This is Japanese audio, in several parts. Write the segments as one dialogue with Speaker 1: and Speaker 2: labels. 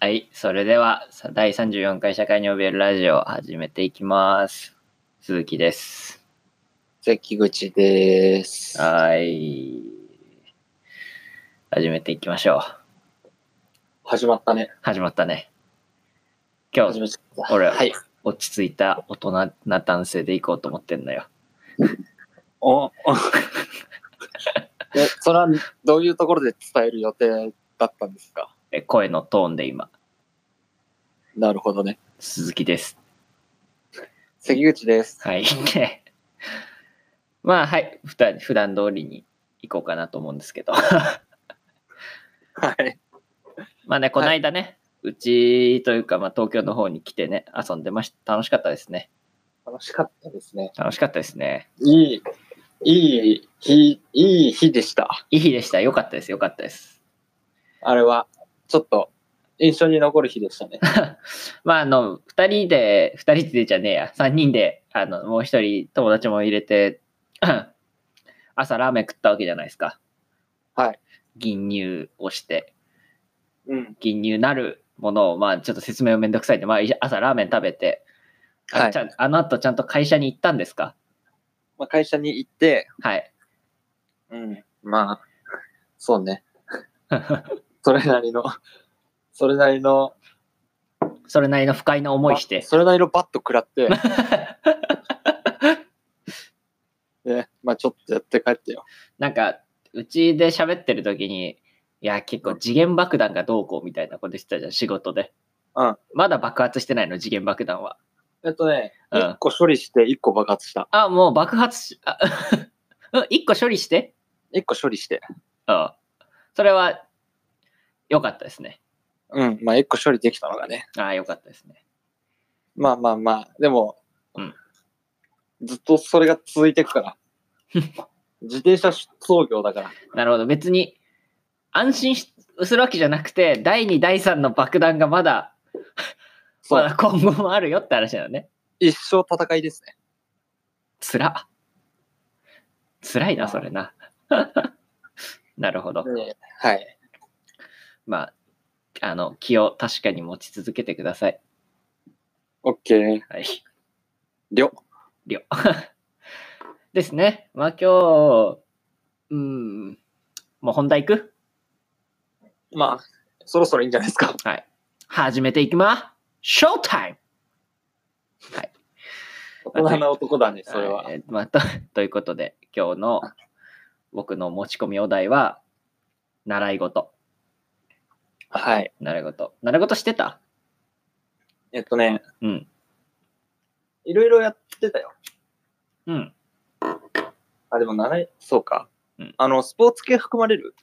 Speaker 1: はい、それではさ第34回社会に怯えるラジオを始めていきます。鈴木です。
Speaker 2: 関口です。
Speaker 1: はい。始めていきましょう。
Speaker 2: 始まったね。
Speaker 1: 始まったね。今
Speaker 2: 始
Speaker 1: 日、
Speaker 2: めちゃった。
Speaker 1: 俺
Speaker 2: はい。
Speaker 1: 落ち着いた大人な男性で行こうと思ってんのよ。
Speaker 2: お、おえ、それはどういうところで伝える予定だったんですか
Speaker 1: え声のトーンで今、
Speaker 2: なるほどね。
Speaker 1: 鈴木です。
Speaker 2: 関口です。
Speaker 1: はい。 でまあ、はい。普段普段通りに行こうかなと思うんですけど。
Speaker 2: はい。
Speaker 1: まあね、この間ね、うちというか、まあ、東京の方に来てね、遊んでました。楽しかったですね。
Speaker 2: 楽しかったですね。
Speaker 1: 楽しかったですね。
Speaker 2: いい、いい日、いい日でした。
Speaker 1: いい日でした。良かったです。良かったです。
Speaker 2: あれは、ちょっと印象に残る日でしたね。
Speaker 1: まあ、あの、二人で、二人でじゃねえや、三人で、あの、もう一人友達も入れて、 朝ラーメン食ったわけじゃないですか。
Speaker 2: はい。
Speaker 1: 銀乳をして、
Speaker 2: うん。
Speaker 1: 銀乳なるものを、まあ、ちょっと説明めんどくさいんで、まあ、朝ラーメン食べて、あ
Speaker 2: はい
Speaker 1: ちゃんあの後ちゃんと会社に行ったんですか
Speaker 2: まあ、会社に行って、
Speaker 1: はい。
Speaker 2: うん。まあ、そうね。 それなりの、それなりの、
Speaker 1: それなりの不快な思いして
Speaker 2: ば。それなりのバット食ら って。ね、まあちょっとやって帰ってよ。
Speaker 1: なんか、うちで喋ってる時に、いや、結構次元爆弾がどうこうみたいなこと言ってたじゃん、仕事で。
Speaker 2: うん。
Speaker 1: まだ爆発してないの、次元爆弾は。
Speaker 2: えっとね、
Speaker 1: うん
Speaker 2: 1個処理して1個爆発した。
Speaker 1: あ、もう爆発し、あ うん一個処理して。
Speaker 2: 1個処理して。
Speaker 1: うん。それは、良かったですね。
Speaker 2: うん、まあ1個処理できたのがね。
Speaker 1: ああ、良かったですね。
Speaker 2: まあまあまあ、でも、
Speaker 1: うん
Speaker 2: ずっとそれが続いていく から。自転車操業だから。
Speaker 1: なるほど。別に、安心しするわけじゃなくて、第2、第3の爆弾がまだ、
Speaker 2: そ
Speaker 1: ま
Speaker 2: う
Speaker 1: だ、今後もあるよって話だよね。
Speaker 2: 一生戦いですね。
Speaker 1: つら。つらいな、それな。 なるほど。
Speaker 2: はい。
Speaker 1: まあ、あの、気を確かに持ち続けてください。
Speaker 2: OK。
Speaker 1: はい。
Speaker 2: りょ。
Speaker 1: りょ。 ですね。まあ今日、うん、もう本題行く
Speaker 2: まあ、そろそろいいんじゃないです か。
Speaker 1: 始めていきまショータイム
Speaker 2: 大人な男だね、それは。
Speaker 1: いまあと、 ということで、今日の僕の持ち込みお題は、習い事。
Speaker 2: はい。
Speaker 1: 習い事。習い事してた
Speaker 2: えっとね、
Speaker 1: うん。
Speaker 2: いろいろやってたよ。
Speaker 1: うん。
Speaker 2: あ、でも習い、そうか。
Speaker 1: うん
Speaker 2: あの、スポーツ系含まれる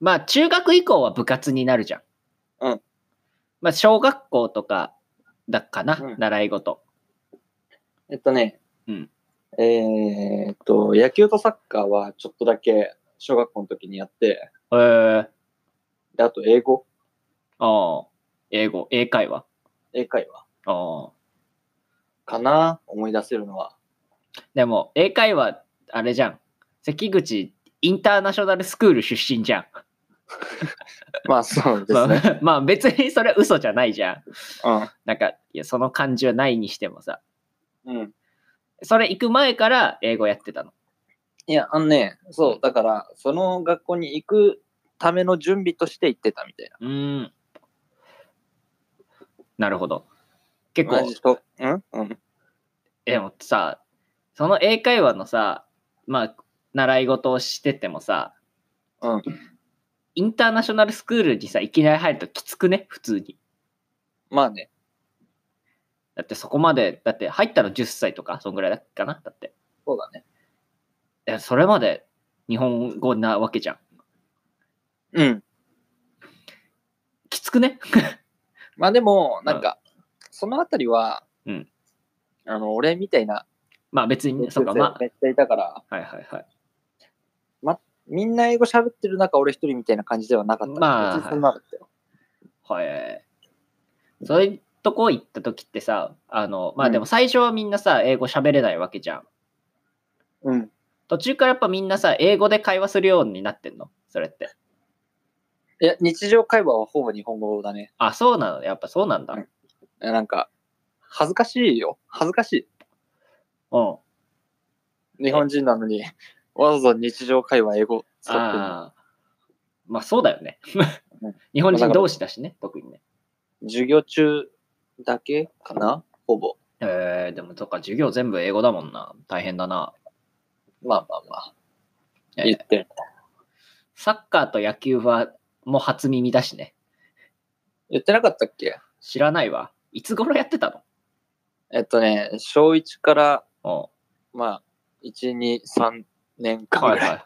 Speaker 1: まあ、中学以降は部活になるじゃん。
Speaker 2: うん。
Speaker 1: まあ、小学校とかだかな、
Speaker 2: うん
Speaker 1: 習い事。
Speaker 2: えっとね、
Speaker 1: うん
Speaker 2: えーっと、野球とサッカーはちょっとだけ小学校の時にやって、
Speaker 1: えー、
Speaker 2: で、あと英語、
Speaker 1: ああ、英語、英会話。
Speaker 2: 英会話
Speaker 1: ああ。
Speaker 2: かな思い出せるのは。
Speaker 1: でも、英会話、あれじゃん。関口、インターナショナルスクール出身じゃん。
Speaker 2: まあ、そうですね。
Speaker 1: まあ、まあ別にそれ嘘じゃないじゃん。
Speaker 2: うん。
Speaker 1: なんか、いや、その感じはないにしてもさ。
Speaker 2: うん。
Speaker 1: それ行く前から英語やってたの。
Speaker 2: いや、あのね、そう、だから、その学校に行くための準備として行ってたみたいな。
Speaker 1: うーん。なるほど。結
Speaker 2: マ
Speaker 1: 構
Speaker 2: ジ、と、うんうん。
Speaker 1: でもさ、その英会話のさ、まあ、習い事をしててもさ、
Speaker 2: うん。
Speaker 1: インターナショナルスクールにさ、いきなり入るときつくね、普通に。
Speaker 2: まあね、
Speaker 1: だってそこまで、だって入ったの10歳とか、そんぐらいだっけかな、だって。
Speaker 2: そうだね。
Speaker 1: えそれまで日本語なわけじゃん。
Speaker 2: うん。
Speaker 1: きつくね
Speaker 2: まあでも、なんか、そのあたりは、
Speaker 1: うん
Speaker 2: あの、俺みたいな、
Speaker 1: まあ別にね、そうか、ま
Speaker 2: めっちゃいたから、
Speaker 1: あ、はいはいはい。
Speaker 2: みんな英語喋ってる中、俺一人みたいな感じではなかった。
Speaker 1: まあ
Speaker 2: 別にそんなだったよ。
Speaker 1: はい。そういうとこ行った時ってさ、あの、まあでも最初はみんなさ、英語喋れないわけじゃん。
Speaker 2: うん。
Speaker 1: 途中からやっぱみんなさ、英語で会話するようになってんのそれって。
Speaker 2: いや、日常会話はほぼ日本語だね。
Speaker 1: あ、そうなのやっぱそうなんだ。
Speaker 2: う
Speaker 1: うん
Speaker 2: ん。いやなんか、恥ずかしいよ。恥ずかしい。日本人なのに、わざわざ日常会話英語使ってるの
Speaker 1: ああ。まあそうだよね
Speaker 2: うん。
Speaker 1: 日本人同士だしね、特にね。
Speaker 2: 授業中だけかなほぼ。
Speaker 1: えー、でもそっか、授業全部英語だもんな。大変だな。
Speaker 2: まあまあまあ。
Speaker 1: え
Speaker 2: 言ってる。
Speaker 1: サッカーと野球はもう初耳だしね。
Speaker 2: 言ってなかったっけ
Speaker 1: 知らないわ。いつ頃やってた
Speaker 2: えっとね、小1から、
Speaker 1: の
Speaker 2: まあ、1、2、3年
Speaker 1: うん。
Speaker 2: 間ぐらい。
Speaker 1: い。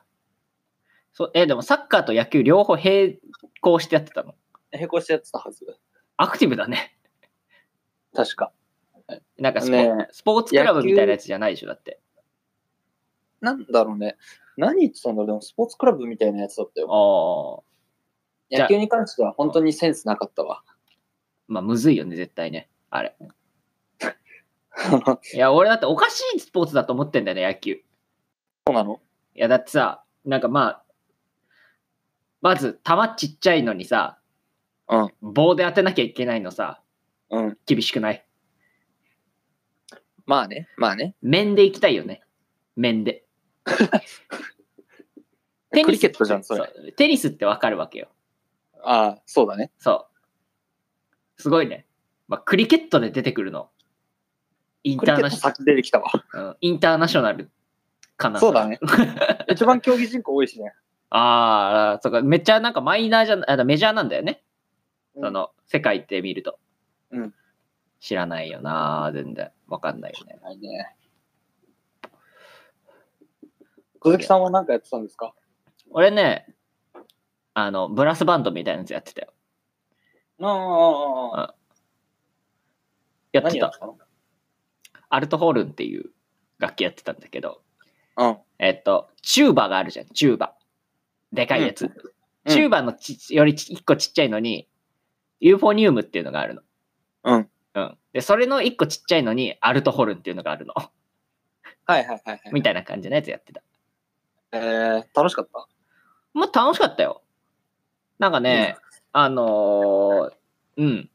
Speaker 1: そうえでもサッカーと野球両方並行してやってたの
Speaker 2: 並行してやってたはず。
Speaker 1: アクティブだね。
Speaker 2: 確か。
Speaker 1: なんかスポ,、
Speaker 2: ねえ
Speaker 1: スポーツクラブみたいなやつじゃないでしょ、だって。
Speaker 2: なんだろうね。何言ってたんだろうでもスポーツクラブみたいなやつだったよ。
Speaker 1: ああ。じゃあ
Speaker 2: 野球に関しては本当にセンスなかったわ。
Speaker 1: まあ、むずいよね、絶対ね。あれ。
Speaker 2: そ
Speaker 1: いや、俺だっておかしいスポーツだと思ってんだよね、野球。いう
Speaker 2: なの
Speaker 1: や、だってさ、なんかまあ、まず、球ちっちゃいのにさ、
Speaker 2: うん。
Speaker 1: 棒で当てなきゃいけないのさ、
Speaker 2: うん。
Speaker 1: 厳しくない
Speaker 2: まあね。まあね。
Speaker 1: 面で行きたいよね。面で。テニス
Speaker 2: クリケットじゃんそれ
Speaker 1: うテニスってわかるわけよ。
Speaker 2: ああ、そうだね。
Speaker 1: そう。すごいね。まあ、クリケットで出てくるの。イン
Speaker 2: ク
Speaker 1: タ
Speaker 2: リ
Speaker 1: ー
Speaker 2: ケ
Speaker 1: ナ
Speaker 2: ット
Speaker 1: ショ
Speaker 2: 先出てきたわ。
Speaker 1: ナル、うんインターナショナルかな。
Speaker 2: そうだね。 一番競技人口多いしね。
Speaker 1: ああ、そうか、めっちゃなんかマイナーじゃなあのメジャーなんだよね。
Speaker 2: うん
Speaker 1: その、世界って見ると。
Speaker 2: うん
Speaker 1: 知らないよな、全然。わかんないよね。
Speaker 2: はいね。鈴木さんは何かやってたんですか
Speaker 1: 俺ね、あの、ブラスバンドみたいなやつやってたよ。
Speaker 2: ああ、ああ、ああ。
Speaker 1: やって
Speaker 2: 何やって
Speaker 1: た。
Speaker 2: たの
Speaker 1: アルトホルンっていう楽器やってたんだけど、
Speaker 2: うん。
Speaker 1: えっと、チューバがあるじゃん、チューバ。でかいやつ。チューバのちよりち一個ちっちゃいのに、ユーフォニウムっていうのがあるの。
Speaker 2: うん。
Speaker 1: うん。で、それの一個ちっちゃいのに、アルトホルンっていうのがあるの。
Speaker 2: はいはいはい、はい。
Speaker 1: みたいな感じのやつやってた。
Speaker 2: えー、楽しかった。
Speaker 1: まあ楽しかったよ。なんかね、あのーうん。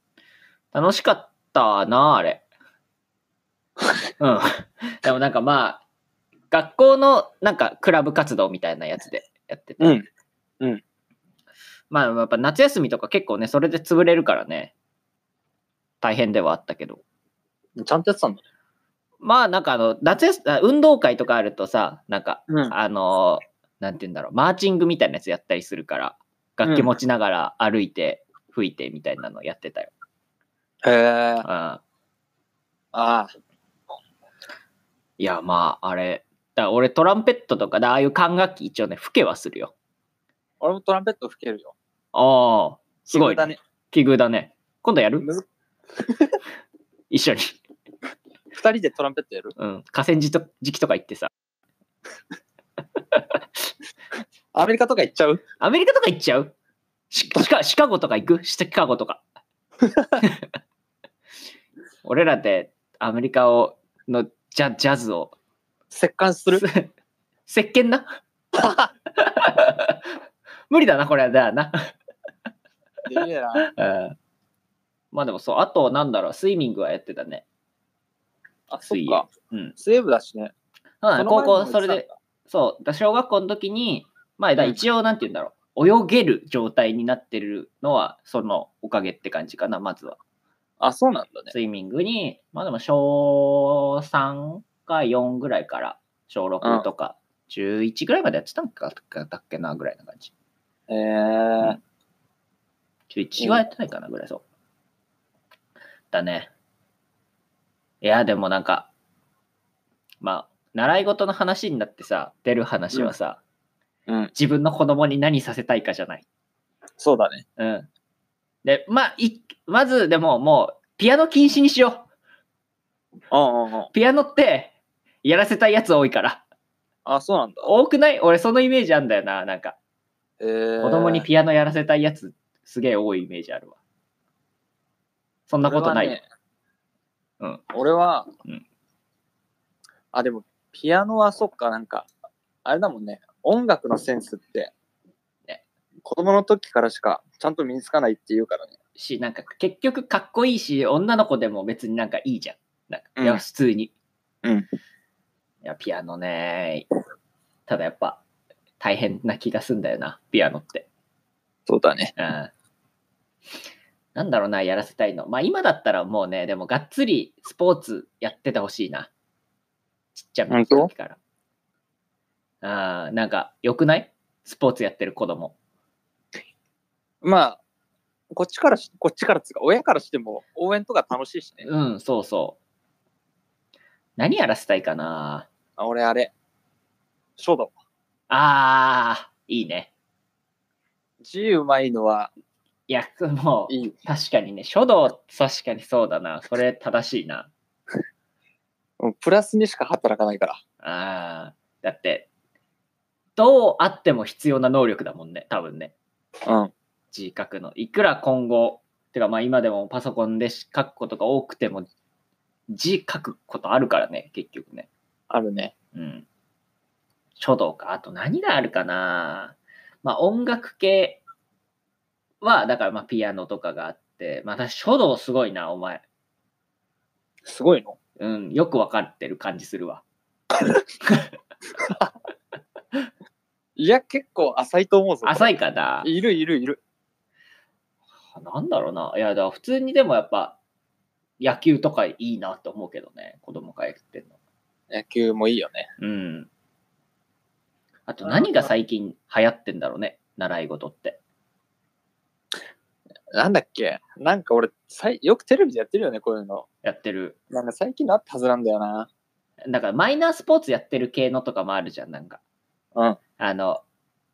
Speaker 1: 楽しかったな、あ れ。うん。でもなんかまあ、学校のなんかクラブ活動みたいなやつでやってて。
Speaker 2: うん。
Speaker 1: まあやっぱ夏休みとか結構ね、それで潰れるからね。大変ではあったけど。
Speaker 2: ちゃんとやってたんだ。
Speaker 1: まあなんかあの、夏休あ運動会とかあるとさ、なんか
Speaker 2: うん。
Speaker 1: あのなんて言うんだろうマーチングみたいなやつやったりするから楽器持ちながら歩いて、吹いてみたいなのやってたよ。
Speaker 2: へえー。あ
Speaker 1: うん、
Speaker 2: あー。
Speaker 1: いやまああれだから俺トランペットとかだああいう管楽器一応ね吹けはするよ。
Speaker 2: 俺もトランペット吹けるよ。
Speaker 1: ああすごい、
Speaker 2: 急だね。
Speaker 1: 奇遇だね。今度やる
Speaker 2: むず
Speaker 1: 一緒に。
Speaker 2: 二人でトランペットやる
Speaker 1: うん、河川敷と時期とか行ってさ
Speaker 2: アメリカとか行っちゃう
Speaker 1: アメリカとか行っちゃうシシカシカゴとか行くシカゴと か。俺らでアメリカをのジャジャズを
Speaker 2: 折檻 する
Speaker 1: 石鹸 な無理だなこれはだな、
Speaker 2: できねえな。
Speaker 1: うんまあでもそうあとなんだろうスイミングはやってたね
Speaker 2: あ、そっ
Speaker 1: 水泳
Speaker 2: か。
Speaker 1: うん
Speaker 2: スウェーブだしね。
Speaker 1: そうだね
Speaker 2: その
Speaker 1: 高
Speaker 2: 前にも
Speaker 1: 校
Speaker 2: 言って
Speaker 1: そ
Speaker 2: た
Speaker 1: れ
Speaker 2: んだ
Speaker 1: で。そうだ小学校の時にまあだ
Speaker 2: うん
Speaker 1: 一応なんて言うんだろう、泳げる状態になってるのはそのおかげって感じかなまずは
Speaker 2: あ、そうなんだね。
Speaker 1: スイミングにまあでも小3か4ぐらいから小6とか中1ぐらいまでやってたんかだっけなぐらいな感じ
Speaker 2: えー、
Speaker 1: 中1はやってないかなぐらいそう。だね。いや、でもなんか、まあ、習い事の話になってさ、出る話はさ、
Speaker 2: うん。
Speaker 1: 自分の子供に何させたいかじゃない。
Speaker 2: そうだね。
Speaker 1: うん。で、まあ、いまずでももう、ピアノ禁止にしよ
Speaker 2: うんうんうん
Speaker 1: う。。ピアノって、やらせたいやつ多いから。
Speaker 2: あ、そうなんだ。
Speaker 1: 多くない俺、そのイメージあんだよな、なんか。
Speaker 2: えー、
Speaker 1: 子供にピアノやらせたいやつ、すげえ多いイメージあるわ。そんなことない。
Speaker 2: 俺はね
Speaker 1: う
Speaker 2: 俺は、
Speaker 1: うん
Speaker 2: あ、でも、ピアノはそっか、なんか、あれだもんね、音楽のセンスって、
Speaker 1: ね
Speaker 2: 子供の時からしかちゃんと身につかないって言うからね。
Speaker 1: し、なんか結局かっこいいし、女の子でも別になんかいいじゃん。なんかいや、
Speaker 2: うん
Speaker 1: 普通に。
Speaker 2: うん
Speaker 1: いや、ピアノね。ただやっぱ、大変な気がすんだよな、ピアノって。
Speaker 2: そうだね。
Speaker 1: うん。なんだろうな、やらせたいの。まあ今だったらもうね、でもがっつりスポーツやっててほしいな。ちっちゃな時から。ああ、なんか、よくないスポーツやってる子供。
Speaker 2: まあ、こっちからし、こっちからっつうか、親からしても応援とか楽しいしね。
Speaker 1: うん、そうそう。何やらせたいかな
Speaker 2: あ俺、あれ、書道。
Speaker 1: ああ、いいね。
Speaker 2: 字うまいのはい
Speaker 1: や、もう、
Speaker 2: いい。
Speaker 1: 確かにね、書道、確かにそうだな。それ正しいな。
Speaker 2: うんプラスにしか働かないから。
Speaker 1: ああ、だって、どうあっても必要な能力だもんね、多分ね。
Speaker 2: うん。
Speaker 1: 字書くの。いくら今後、てかまあ今でもパソコンでし書くことが多くても、字書くことあるからね、結局ね。
Speaker 2: あるね。
Speaker 1: うん。書道か。あと何があるかなまあ音楽系は、だからまあピアノとかがあって、まあ私書道すごいな、お前。
Speaker 2: すごいの。
Speaker 1: うん、よくわかってる感じするわ。
Speaker 2: いや、結構浅いと思うぞ。
Speaker 1: 浅いかない
Speaker 2: るいるいる。
Speaker 1: なんだろうな。いや、だから普通にでもやっぱ、野球とかいいなと思うけどね、子供がやってるの。
Speaker 2: 野球もいいよね。
Speaker 1: うん。あと何が最近流行ってんだろうね、習い事って。
Speaker 2: なんだっけなんか俺、さいよくテレビでやってるよね、こういうの。
Speaker 1: やってる。
Speaker 2: なんか最近のあったはずなんだよな。
Speaker 1: だからマイナースポーツやってる系のとかもあるじゃん、なんか。
Speaker 2: うん。
Speaker 1: あの、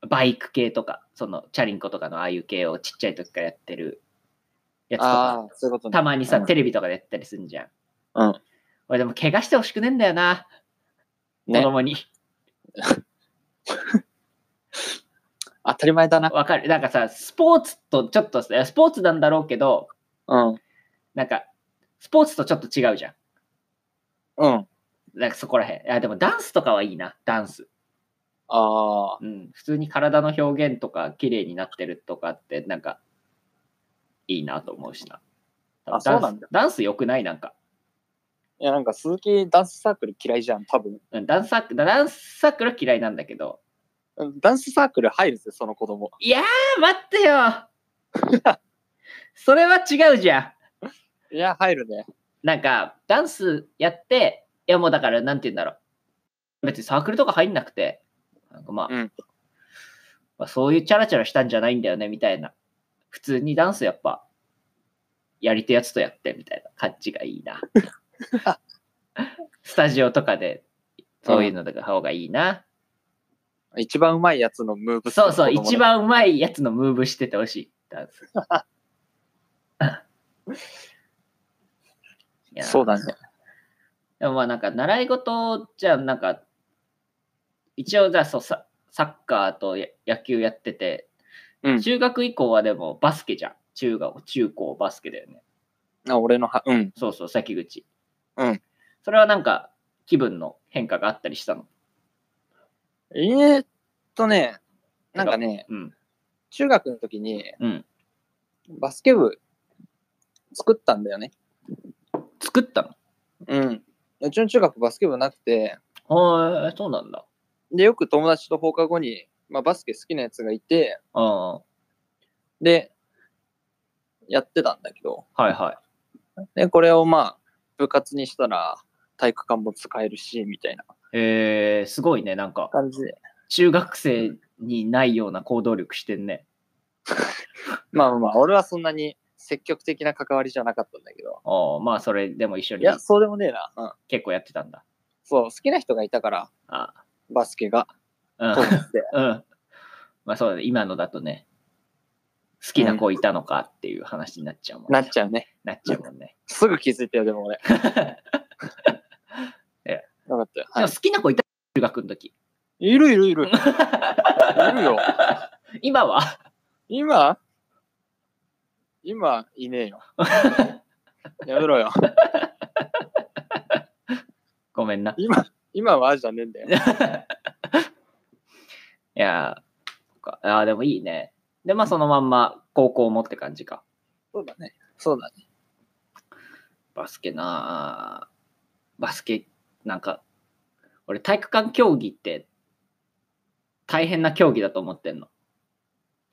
Speaker 1: バイク系とか、その、チャリンコとかのああいう系をちっちゃい時からやってるやつとか、
Speaker 2: ああ、そういうことね。
Speaker 1: たまにさ、
Speaker 2: うん
Speaker 1: テレビとかでやったりすんじゃん。
Speaker 2: うん。
Speaker 1: 俺でも怪我してほしくねえんだよな、子
Speaker 2: ね
Speaker 1: 供に。
Speaker 2: 当たり前だな。
Speaker 1: わかる。なんかさ、スポーツとちょっとさ、スポーツなんだろうけど、
Speaker 2: うん。
Speaker 1: なんか、スポーツとちょっと違うじゃん。
Speaker 2: うん。
Speaker 1: なんかそこらへん。あ、でもダンスとかはいいな、ダンス。
Speaker 2: ああ、
Speaker 1: うん。普通に体の表現とか、綺麗になってるとかって、なんか、いいなと思うしな。
Speaker 2: あ
Speaker 1: ダンス
Speaker 2: そうなんだ
Speaker 1: ダンス良くないなんか。
Speaker 2: いや、なんか鈴木ダンスサークル嫌いじゃん、多分。
Speaker 1: うん、ダンスサークル、ダンスサークルは嫌いなんだけど。
Speaker 2: うんダンスサークル入るぜ、その子供。
Speaker 1: いやー、待ってよ それは違うじゃん。
Speaker 2: いや、入るね。
Speaker 1: なんか、ダンスやって、いやもうだから、なんて言うんだろう。別にサークルとか入んなくて、なんかまあ、
Speaker 2: うん
Speaker 1: まあ、そういうチャラチャラしたんじゃないんだよね、みたいな。普通にダンスやっぱ、やりたいやつとやって、みたいな感じがいい な。スタジオとかで、そういうのとか方がいいな。
Speaker 2: 一番うまいやつのムーブ
Speaker 1: そうそう、
Speaker 2: 子供ね
Speaker 1: 一。番うまいやつのムーブしててほしい、ダンス。 いや
Speaker 2: そうだね。
Speaker 1: でもまあなんか習い事じゃあなんか一応じゃあそうササッカーとや野球やってて、
Speaker 2: うん
Speaker 1: 中学以降はでもバスケじゃん中学中高バスケだよね
Speaker 2: あ俺のは、うん。
Speaker 1: そうそう先口
Speaker 2: うん
Speaker 1: それはなんか気分の変化があったりしたの
Speaker 2: えー、っとね、なんかね、
Speaker 1: うん
Speaker 2: 中学の時に
Speaker 1: うん
Speaker 2: バスケ部作ったんだよね。
Speaker 1: 作ったの
Speaker 2: うん。うちの中学バスケ部なくて、
Speaker 1: はそうなんだ
Speaker 2: で、よく友達と放課後に、まあ、バスケ好きなやつがいて、
Speaker 1: ああは
Speaker 2: で、やってたんだけど、
Speaker 1: いは
Speaker 2: で、これをまあ、部活にしたら体育館も使えるし、みたいない
Speaker 1: へえすごいねなんか
Speaker 2: 感じで。
Speaker 1: 中学生にないような行動力してんね
Speaker 2: まあまあまあ、俺はそんなに積極的な関わりじゃなかったんだけど、
Speaker 1: ああまあそれでも一緒
Speaker 2: い
Speaker 1: に
Speaker 2: や、そうでもねえな。うん。
Speaker 1: 結構やってたんだ
Speaker 2: そう、好きな人がいたから、
Speaker 1: あ
Speaker 2: バスケが。
Speaker 1: あうん
Speaker 2: と思って。
Speaker 1: うん。まあそうだね、今のだとね、好きな子いたのかっていう話になっちゃうもんね。
Speaker 2: なっちゃうね。
Speaker 1: なっちゃうもんね。
Speaker 2: すぐ気 づいたよ、でも俺。
Speaker 1: え
Speaker 2: よかった
Speaker 1: で
Speaker 2: よ。は
Speaker 1: も好きな子いた中学の時。
Speaker 2: い、いるいるいる。 いるよ。
Speaker 1: 今は
Speaker 2: 今今、いね えよ。やめろよ。
Speaker 1: ごめんな。い
Speaker 2: 今、今はじゃねえんだよ。
Speaker 1: やー、そっかあーでもいいね。で、まあそのまんま高校もって感じか。
Speaker 2: そうだね。そうだね。
Speaker 1: バスケなぁバスケ、なんか、俺体育館競技って大変な競技だと思ってんの。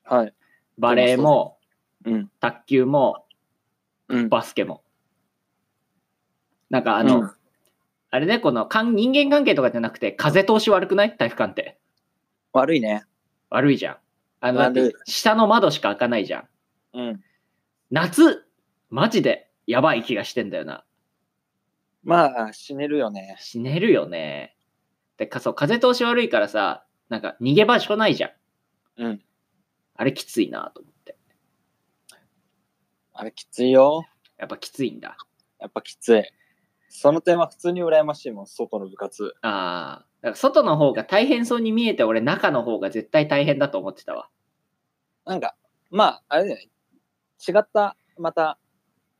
Speaker 2: はい。
Speaker 1: バレーも、
Speaker 2: うん。
Speaker 1: 卓球も、
Speaker 2: うん。
Speaker 1: バスケも。なんかあの、
Speaker 2: うん
Speaker 1: あれね、このかん人間関係とかじゃなくて、風通し悪くない体育館って。
Speaker 2: 悪いね。
Speaker 1: 悪いじゃん。あの、だっ
Speaker 2: 悪い
Speaker 1: て下の窓しか開かないじゃん。
Speaker 2: うん。
Speaker 1: 夏、マジでやばい気がしてんだよな。
Speaker 2: まあ、死ねるよね。
Speaker 1: 死ねるよね。で、かそう、風通し悪いからさ、なんか逃げ場所ないじゃん。
Speaker 2: うん。
Speaker 1: あれきついなと思って。
Speaker 2: あれきついよ。
Speaker 1: やっぱきついんだ。
Speaker 2: やっぱきつい。その点は普通に羨ましいもん、外の部活。
Speaker 1: ああ。だから外の方が大変そうに見えて、俺中の方が絶対大変だと思ってたわ。
Speaker 2: なんか、まあ、あれだよね。違った、また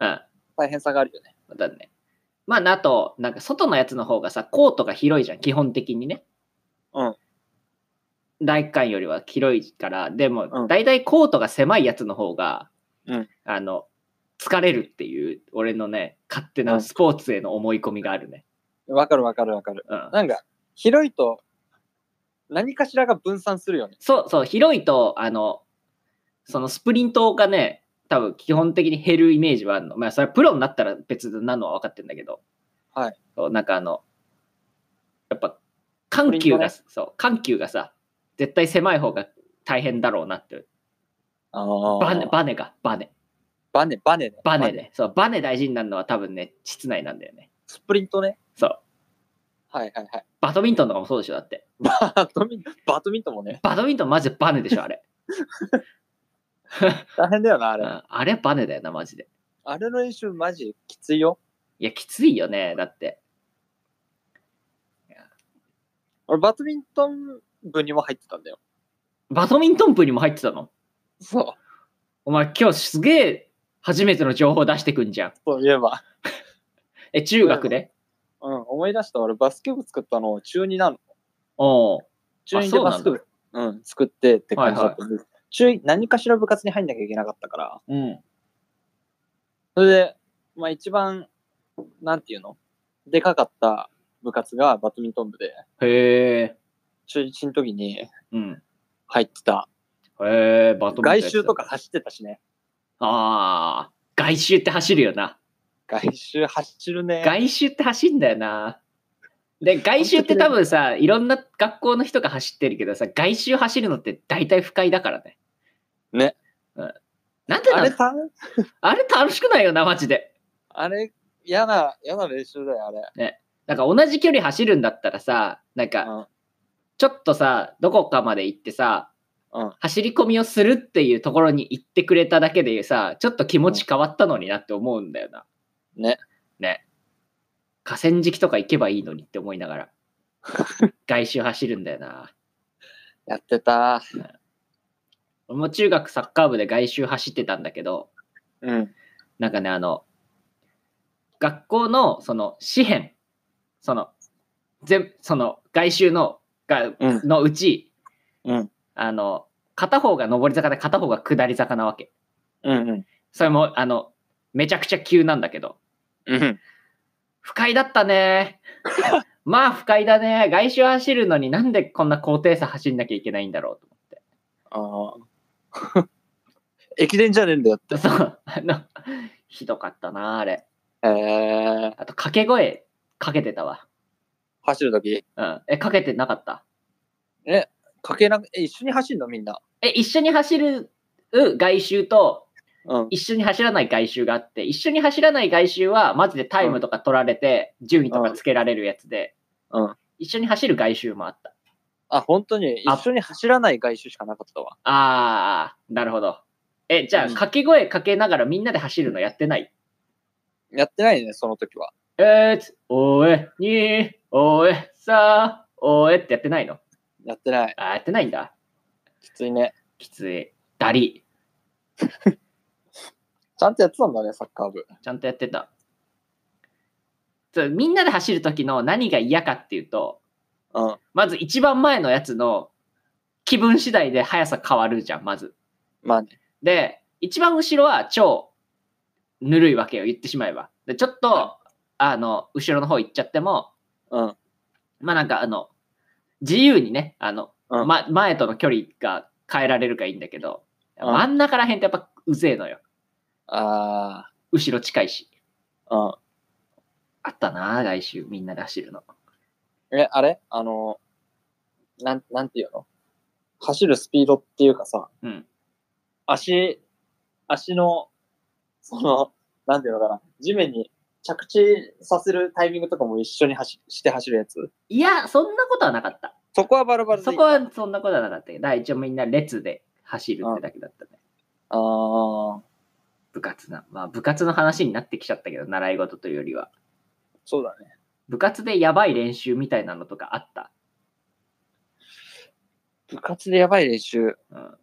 Speaker 1: うん。
Speaker 2: 大変さがあるよね。
Speaker 1: だね。まあ、あと、なんか外のやつの方がさ、コートが広いじゃん、基本的にね。
Speaker 2: うん。
Speaker 1: 大館よりは広いから、で
Speaker 2: う
Speaker 1: も、
Speaker 2: ん
Speaker 1: 大体コートが狭いやつの方が、
Speaker 2: うん
Speaker 1: あの、疲れるっていう、俺のね、勝手
Speaker 2: う
Speaker 1: なんスポーツへの思い込みがあるね。
Speaker 2: わかるわかるわかる。
Speaker 1: うん。
Speaker 2: なんか、広いと、何かしらが分散するよね。
Speaker 1: そうそう、広いと、あの、そのスプリントがね、多分基本的に減るイメージはあるの。まあ、それはプロになったら別なのは分かってんだけど。
Speaker 2: はい
Speaker 1: そう。なんかあの、やっぱ、緩急が、
Speaker 2: ス
Speaker 1: そう、緩急がさ、絶対狭い方が大変だろうなって。
Speaker 2: あ
Speaker 1: バネ、
Speaker 2: ー
Speaker 1: バネが、バネ。
Speaker 2: バネ、バネね。
Speaker 1: バネ。で。そう、バネ大事になるのは多分ね、室内なんだよね。
Speaker 2: スプリントね。
Speaker 1: そう。
Speaker 2: はいはい はい。
Speaker 1: バドミントンとかもそうでしょ、だって。
Speaker 2: バドミントン、バドミントンもね。
Speaker 1: バドミントンマジでバネでしょ、あれ。
Speaker 2: 大変だよ な、あ
Speaker 1: う
Speaker 2: れ。
Speaker 1: ん、あれバネだよな、マジで。
Speaker 2: あれの練習マジきついよ。
Speaker 1: いや、きついよね、だって。
Speaker 2: 俺、バドミントン部にも入ってたんだよ。
Speaker 1: バドミントン部にも入ってたの
Speaker 2: そう。
Speaker 1: お前今日すげえ初めての情報出してくんじゃん。
Speaker 2: そういえば。
Speaker 1: え、中学で
Speaker 2: うん、思い出した。俺、バスケ部作ったの中2なの。
Speaker 1: おう
Speaker 2: 中2
Speaker 1: そ
Speaker 2: で
Speaker 1: うなんだ
Speaker 2: バスケ部、うん、作ってって感じだったんです。中1、何かしら部活に入んなきゃいけなかったから。
Speaker 1: うん。
Speaker 2: それで、まあ一番、なんていうのでかかった部活がバドミントン部で、
Speaker 1: へえ。
Speaker 2: 中1の時に
Speaker 1: うん。
Speaker 2: 入ってた。
Speaker 1: へえ、バドミントンやってた。
Speaker 2: 外周とか走ってたしね。
Speaker 1: ああ。外周って走るよな。
Speaker 2: 外周走るね。
Speaker 1: 外周って走んだよな。で、外周って多分さ、いろんな学校の人が走ってるけどさ、外周走るのって大体不快だからね。
Speaker 2: ね。
Speaker 1: うん。なんでなのあ
Speaker 2: あれ
Speaker 1: れ
Speaker 2: た、
Speaker 1: あれ楽しくないよな、マジで。
Speaker 2: あれ、嫌な、嫌な練習だよ、あれ。
Speaker 1: なんか同じ距離走るんだったらさ、なんか、ちょっとさ、どこかまで行ってさ、
Speaker 2: うん
Speaker 1: 走り込みをするっていうところに行ってくれただけでさ、ちょっと気持ち変わったのになって思うんだよな。
Speaker 2: うん。ね。
Speaker 1: ね。河川敷とか行けばいいのにって思いなが ら。外周走るんだよな。
Speaker 2: やってた。
Speaker 1: 俺も中学サッカー部で外周走ってたんだけど、
Speaker 2: うん。
Speaker 1: なんかね、あの、学校のその紙編、その、全、その外周の、が、
Speaker 2: うん。
Speaker 1: のうち、
Speaker 2: うん。
Speaker 1: あの、片方が上り坂で片方が下り坂なわけ。
Speaker 2: うん。うん。
Speaker 1: それも、あの、めちゃくちゃ急なんだけど。
Speaker 2: うん。
Speaker 1: 不快だった ね。まあ不快だね。外周走るのになんでこんな高低差走んなきゃいけないんだろうと思って。
Speaker 2: ああ。 駅伝じゃねえんだよって。
Speaker 1: そう、あの、ひどかったな、あれ。
Speaker 2: えー、
Speaker 1: あと掛け声かけてたわ。
Speaker 2: 走るとき、
Speaker 1: うん。え、かけてなかった
Speaker 2: かけなく、え、一緒に走るのみんな。
Speaker 1: え、一緒に走る外周と、
Speaker 2: うん。
Speaker 1: 一緒に走らない外周があって、一緒に走らない外周は、マジでタイムとか取られて、順位とかつけられるやつで、
Speaker 2: うん
Speaker 1: 一緒に走る外周もあった。
Speaker 2: あ、本当に、
Speaker 1: あ
Speaker 2: 一緒に走らない外周しかなかったわ。
Speaker 1: あー、なるほど。え、じゃあ、
Speaker 2: うん
Speaker 1: 掛け声かけながらみんなで走るのやってない
Speaker 2: やってないね、その時は。
Speaker 1: えーつ、おえ、に、おえ、さ、おえってやってないの
Speaker 2: やってない。
Speaker 1: あー、やってないんだ。
Speaker 2: きついね。
Speaker 1: きつい。だり。
Speaker 2: ちゃんとやってたんだね、サッカー部。
Speaker 1: ちゃんとやってた。そうみんなで走る時の何が嫌かっていうと、
Speaker 2: うん。
Speaker 1: まず一番前のやつの気分次第で速さ変わるじゃん、まず。
Speaker 2: まあね。
Speaker 1: で、一番後ろは超ぬるいわけよ、言ってしまえば。で、ちょっと、あの、後ろの方行っちゃっても、
Speaker 2: うん。
Speaker 1: まあなんかあの、自由にね、あの、
Speaker 2: うん
Speaker 1: ま、前との距離が変えられるからいいんだけど、
Speaker 2: うん
Speaker 1: 真ん中らへんってやっぱうぜえのよ。
Speaker 2: あ
Speaker 1: 後ろ近いし。
Speaker 2: あ、
Speaker 1: あったなあ、来週みんなで走るの。
Speaker 2: うん。え、あれあの、なん、なんていうの走るスピードっていうかさ、
Speaker 1: うん。
Speaker 2: 足、足の、その、なんていうのかな、地面に着地させるタイミングとかも一緒に走して走るやつ。
Speaker 1: いや、そんなことはなかった。
Speaker 2: そこはバラバラで
Speaker 1: そこはそんなことはなかったけど、だから一応みんな列で走るってだけだったね。
Speaker 2: ああ、
Speaker 1: 部活な。まあ部活の話になってきちゃったけど、習い事というよりは。
Speaker 2: そうだね。
Speaker 1: 部活でやばい練習みたいなのとかあった。
Speaker 2: 部活でやばい練習。
Speaker 1: うん、あ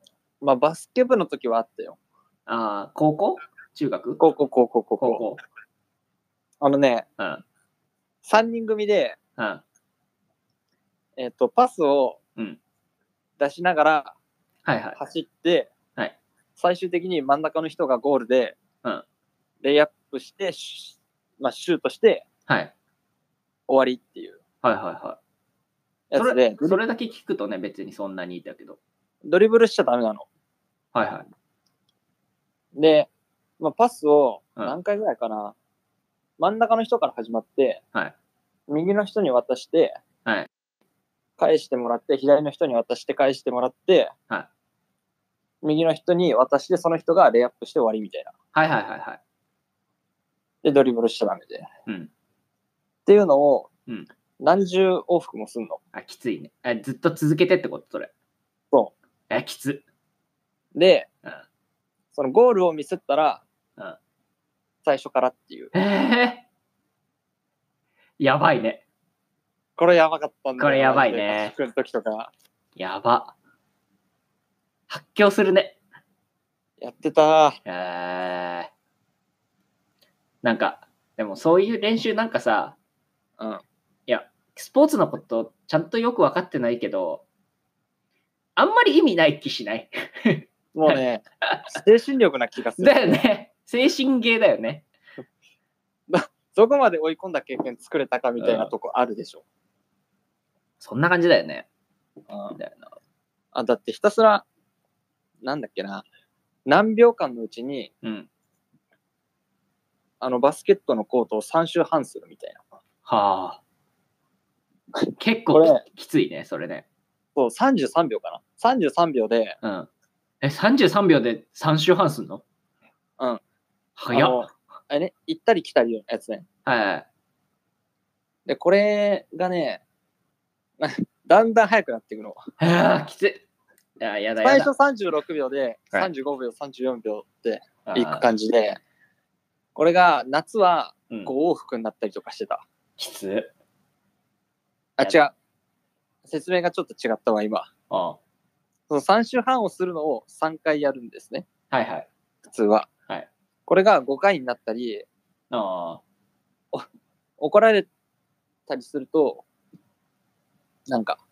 Speaker 2: まあ、バスケ部の時はあったよ。
Speaker 1: あー、高校中学
Speaker 2: こうこうこうこうこ
Speaker 1: 高
Speaker 2: うこ
Speaker 1: 校。
Speaker 2: う。あのね、
Speaker 1: うん。
Speaker 2: 3人組で、
Speaker 1: うん。
Speaker 2: えっ、と、パスを
Speaker 1: うん
Speaker 2: 出しながら
Speaker 1: はいはい。
Speaker 2: 走って、
Speaker 1: はい
Speaker 2: 最終的に真ん中の人がゴールで、
Speaker 1: うん
Speaker 2: レイアップして、シュまあ、シュートして
Speaker 1: はい。
Speaker 2: 終わりっていう
Speaker 1: はいはいは
Speaker 2: やつで
Speaker 1: い。、それだけ聞くとね、別にそんなにいいんだけど。
Speaker 2: ドリブルしちゃダメなの。
Speaker 1: はいはい。
Speaker 2: で、まあ、パスを
Speaker 1: うん
Speaker 2: 何回ぐらいかな、真ん中の人から始まって、
Speaker 1: はい
Speaker 2: 右の人に渡して、
Speaker 1: はい
Speaker 2: 返してもらって、左の人に渡して返してもらって、
Speaker 1: は
Speaker 2: 右の人に渡して、その人がレイアップして終わりみたいな。
Speaker 1: はいはいはいはい。
Speaker 2: で、ドリブルしちゃダメで。っ
Speaker 1: うん。
Speaker 2: ていうのを
Speaker 1: うん、
Speaker 2: 何十往復もすんの。
Speaker 1: あ、きついね。えずっと続けてってことそれ。。
Speaker 2: そう
Speaker 1: え、きつ。
Speaker 2: で、
Speaker 1: うん
Speaker 2: そのゴールをミスったら、
Speaker 1: うん
Speaker 2: 最初からっていう。
Speaker 1: ええやばいね。
Speaker 2: これやばかったんだよ
Speaker 1: これやばいね
Speaker 2: マジで合宿の時とか、
Speaker 1: やば。発狂するね。
Speaker 2: やってた。
Speaker 1: えー、なんか、でもそういう練習なんかさ、
Speaker 2: うん。
Speaker 1: スポーツのことちゃんとよく分かってないけど、あんまり意味ない気しない。
Speaker 2: もう ね、精神力な気がする。
Speaker 1: だよね。精神芸だよね。
Speaker 2: どこまで追い込んだ経験作れたかみたいなとこあるでしょ。
Speaker 1: そんな感じだよね。
Speaker 2: うん
Speaker 1: だよな
Speaker 2: あ、だってひたすら、なんだっけな、何秒間のうちに、
Speaker 1: うん。
Speaker 2: あのバスケットのコートを3周半するみたいな。
Speaker 1: はあ。結
Speaker 2: こ
Speaker 1: 構
Speaker 2: れ
Speaker 1: ききついね、それね。
Speaker 2: そう、33秒かな。33秒で、
Speaker 1: うん。え、33秒で3周半すんの
Speaker 2: うん。
Speaker 1: 早っ。
Speaker 2: あのあれね、行ったり来たりのやつね。
Speaker 1: はいはい。
Speaker 2: で、これがね、 だんだん速くなっていくの。
Speaker 1: ああ、きつい。いや、やだや
Speaker 2: 最
Speaker 1: だ。
Speaker 2: 初36秒で、
Speaker 1: はい
Speaker 2: 35秒、34秒って
Speaker 1: あー
Speaker 2: いく感じで、これが夏は
Speaker 1: うん
Speaker 2: 5往復になったりとかしてた。
Speaker 1: きつい。
Speaker 2: あ、
Speaker 1: や
Speaker 2: 違う。説明がちょっと違ったわ、今。
Speaker 1: あ
Speaker 2: その3周半をするのを3回やるんですね、
Speaker 1: あはいはい。
Speaker 2: 普通は。
Speaker 1: はい
Speaker 2: これが5回になったり、
Speaker 1: あ
Speaker 2: 怒られたりすると、なんか、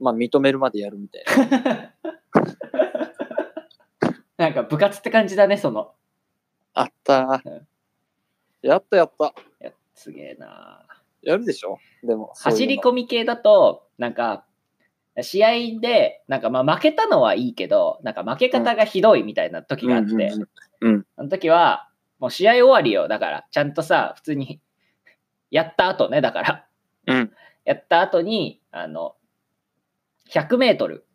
Speaker 2: まあ認めるまでやるみたい な。
Speaker 1: あ。なんか部活って感じだね、その。
Speaker 2: あったー
Speaker 1: うん。
Speaker 2: やったやった。
Speaker 1: いやすげえな。
Speaker 2: やるでしょでも。
Speaker 1: 走り込み系だと、なんか、試合で、なんかまあ負けたのはいいけど、なんか負け方がひどいみたいな時
Speaker 2: そうい
Speaker 1: があ
Speaker 2: う
Speaker 1: って、
Speaker 2: のうんうんうん
Speaker 1: あの時は、もう試合終わりよ、だから、ちゃんとさ、普通に、やった後ね、だから、
Speaker 2: うん
Speaker 1: やった後に、あの、100メートル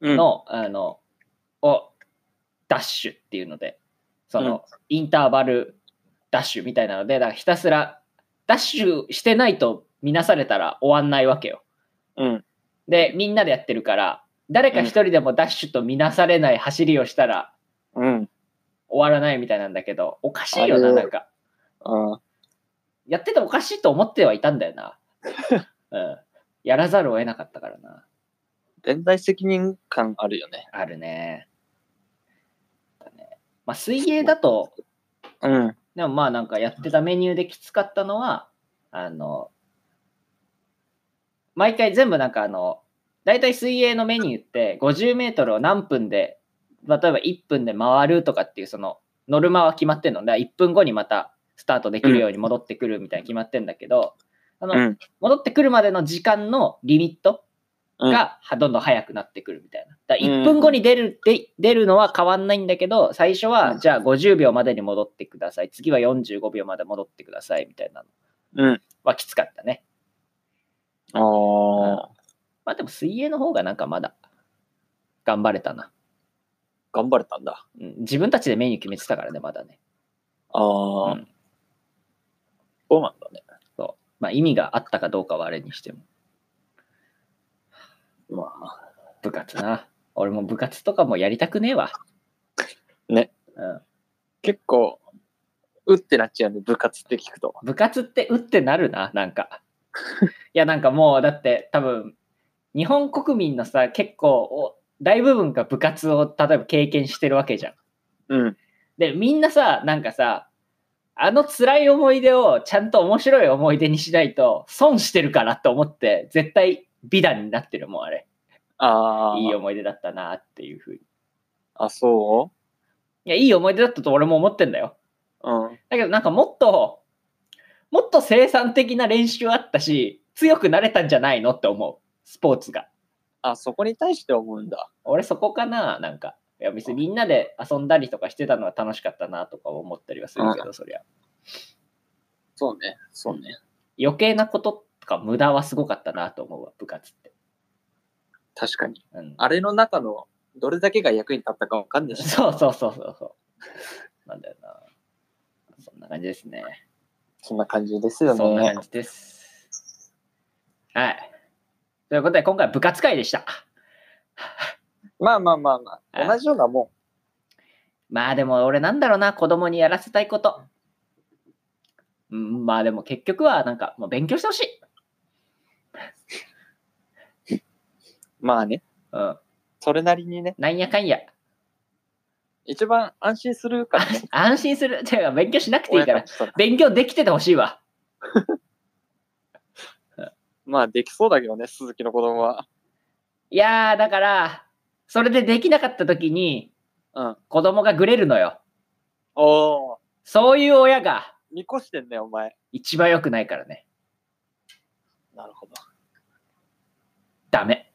Speaker 2: うん
Speaker 1: の、あの、を、ダッシュっていうので、その、インターバルダッシュみたいなので、だからひたすら、ダッシュしてないと見なされたら終わんないわけよ。
Speaker 2: うん。
Speaker 1: で、みんなでやってるから、誰か一人でもダッシュと見なされない走りをしたら
Speaker 2: うん。
Speaker 1: 終わらないみたいなんだけど、おかしいよ
Speaker 2: あ
Speaker 1: な、
Speaker 2: れ
Speaker 1: なんか。
Speaker 2: あ
Speaker 1: やってておかしいと思ってはいたんだよな。うん。やらざるを得なかったからな。
Speaker 2: 連帯責任感あるよね。
Speaker 1: あるね。だねまあ、水泳だと、
Speaker 2: うん。
Speaker 1: でもまあなんかやってたメニューできつかったのは、あの、毎回全部なんかあの、大体水泳のメニューって50メートルを何分で例えば1分で回るとかっていう、その、ノルマは決まってんので、1分後にまたスタートできるように戻ってくるみたいに決まってんだけど、あの、
Speaker 2: うん。
Speaker 1: 戻ってくるまでの時間のリミット
Speaker 2: うん
Speaker 1: がはどんどん早くなってくるみたいな。だから
Speaker 2: うん
Speaker 1: 1分後に出る、で出るのは変わんないんだけど、最初はじゃあ50秒までに戻ってください。次は45秒まで戻ってくださいみたいなの
Speaker 2: うん。
Speaker 1: はきつかったね。
Speaker 2: ああ、
Speaker 1: まあでも水泳の方がなんかまだ頑張れたな。
Speaker 2: 頑張れたんだ。
Speaker 1: うん自分たちでメニュー決めてたからね、まだね。
Speaker 2: ああ、
Speaker 1: うん
Speaker 2: そうなんだね。
Speaker 1: まあ意味があったかどうかはあれにしても。
Speaker 2: まあ、
Speaker 1: 部活な。俺も部活とかもやりたくねえわ。
Speaker 2: ね。
Speaker 1: うん。
Speaker 2: 結構、うってなっちゃうね、部活って聞くと。
Speaker 1: 部活ってうってなるな、なんか。いや、なんかもう、だって多分、日本国民のさ、結構お、大部分が部活を例えば経験してるわけじゃん。
Speaker 2: うん。
Speaker 1: で、みんなさ、なんかさ、あの辛い思い出をちゃんと面白い思い出にしないと損してるからと思って、絶対美談になってるもん、あれ。
Speaker 2: ああ、
Speaker 1: いい。思い出だったなっていうふうに。い
Speaker 2: あ、そ
Speaker 1: や、いい思い出だったと俺も思ってんだよ。
Speaker 2: ううん。
Speaker 1: だけどなんかもっと、もっと生産的な練習あったし、強くなれたんじゃないのって思う。スポーツが。
Speaker 2: あ、そこに対して思うんだ。
Speaker 1: 俺そこかななんか。いや別にみんなで遊んだりとかしてたのは楽しかったなとか思ったりはするけど、そりゃ。
Speaker 2: そうね、そうね。
Speaker 1: 余計なこととか無駄はすごかったなと思うわ、部活って。
Speaker 2: 確かに。
Speaker 1: うん、
Speaker 2: あれの中の、どれだけが役に立ったかわかんないし。
Speaker 1: そうそうそうそうそう。なんだよな。そんな感じですね。
Speaker 2: そんな感じですよ
Speaker 1: そんな
Speaker 2: ね
Speaker 1: 感。じです。はい。ということで今回は部活会でした。
Speaker 2: まあまあまあまあ、
Speaker 1: あ
Speaker 2: 同じようなもん。
Speaker 1: まあでも俺なんだろうな、子供にやらせたいこと。うん、まあでも結局はなんかもう勉強してほしい。
Speaker 2: まあね、
Speaker 1: うん。
Speaker 2: それなりにね、
Speaker 1: なんやかんや。
Speaker 2: 一番安心するから ね。
Speaker 1: 安心する。 てか勉強しなくていいから
Speaker 2: 親。からしたら
Speaker 1: 勉強できててほしいわ。
Speaker 2: まあ、できそうだけどね、鈴木の子供は。
Speaker 1: いやー、だから、それでできなかった時に
Speaker 2: うん。
Speaker 1: 子供がグレるのよ。
Speaker 2: おー、
Speaker 1: そういう親が
Speaker 2: 見越してんね、お前。
Speaker 1: 一番良くないからね。
Speaker 2: なるほど。
Speaker 1: ダメ。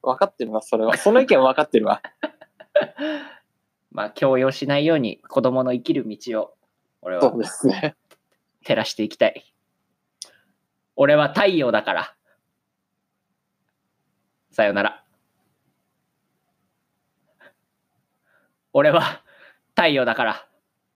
Speaker 2: 分かってるわ、それは。その意見分かってるわ。
Speaker 1: まあ、強要しないように子供の生きる道を、俺は
Speaker 2: そうですね。
Speaker 1: 照らしていきたい。俺は太陽だから。さよなら。俺は太陽だから。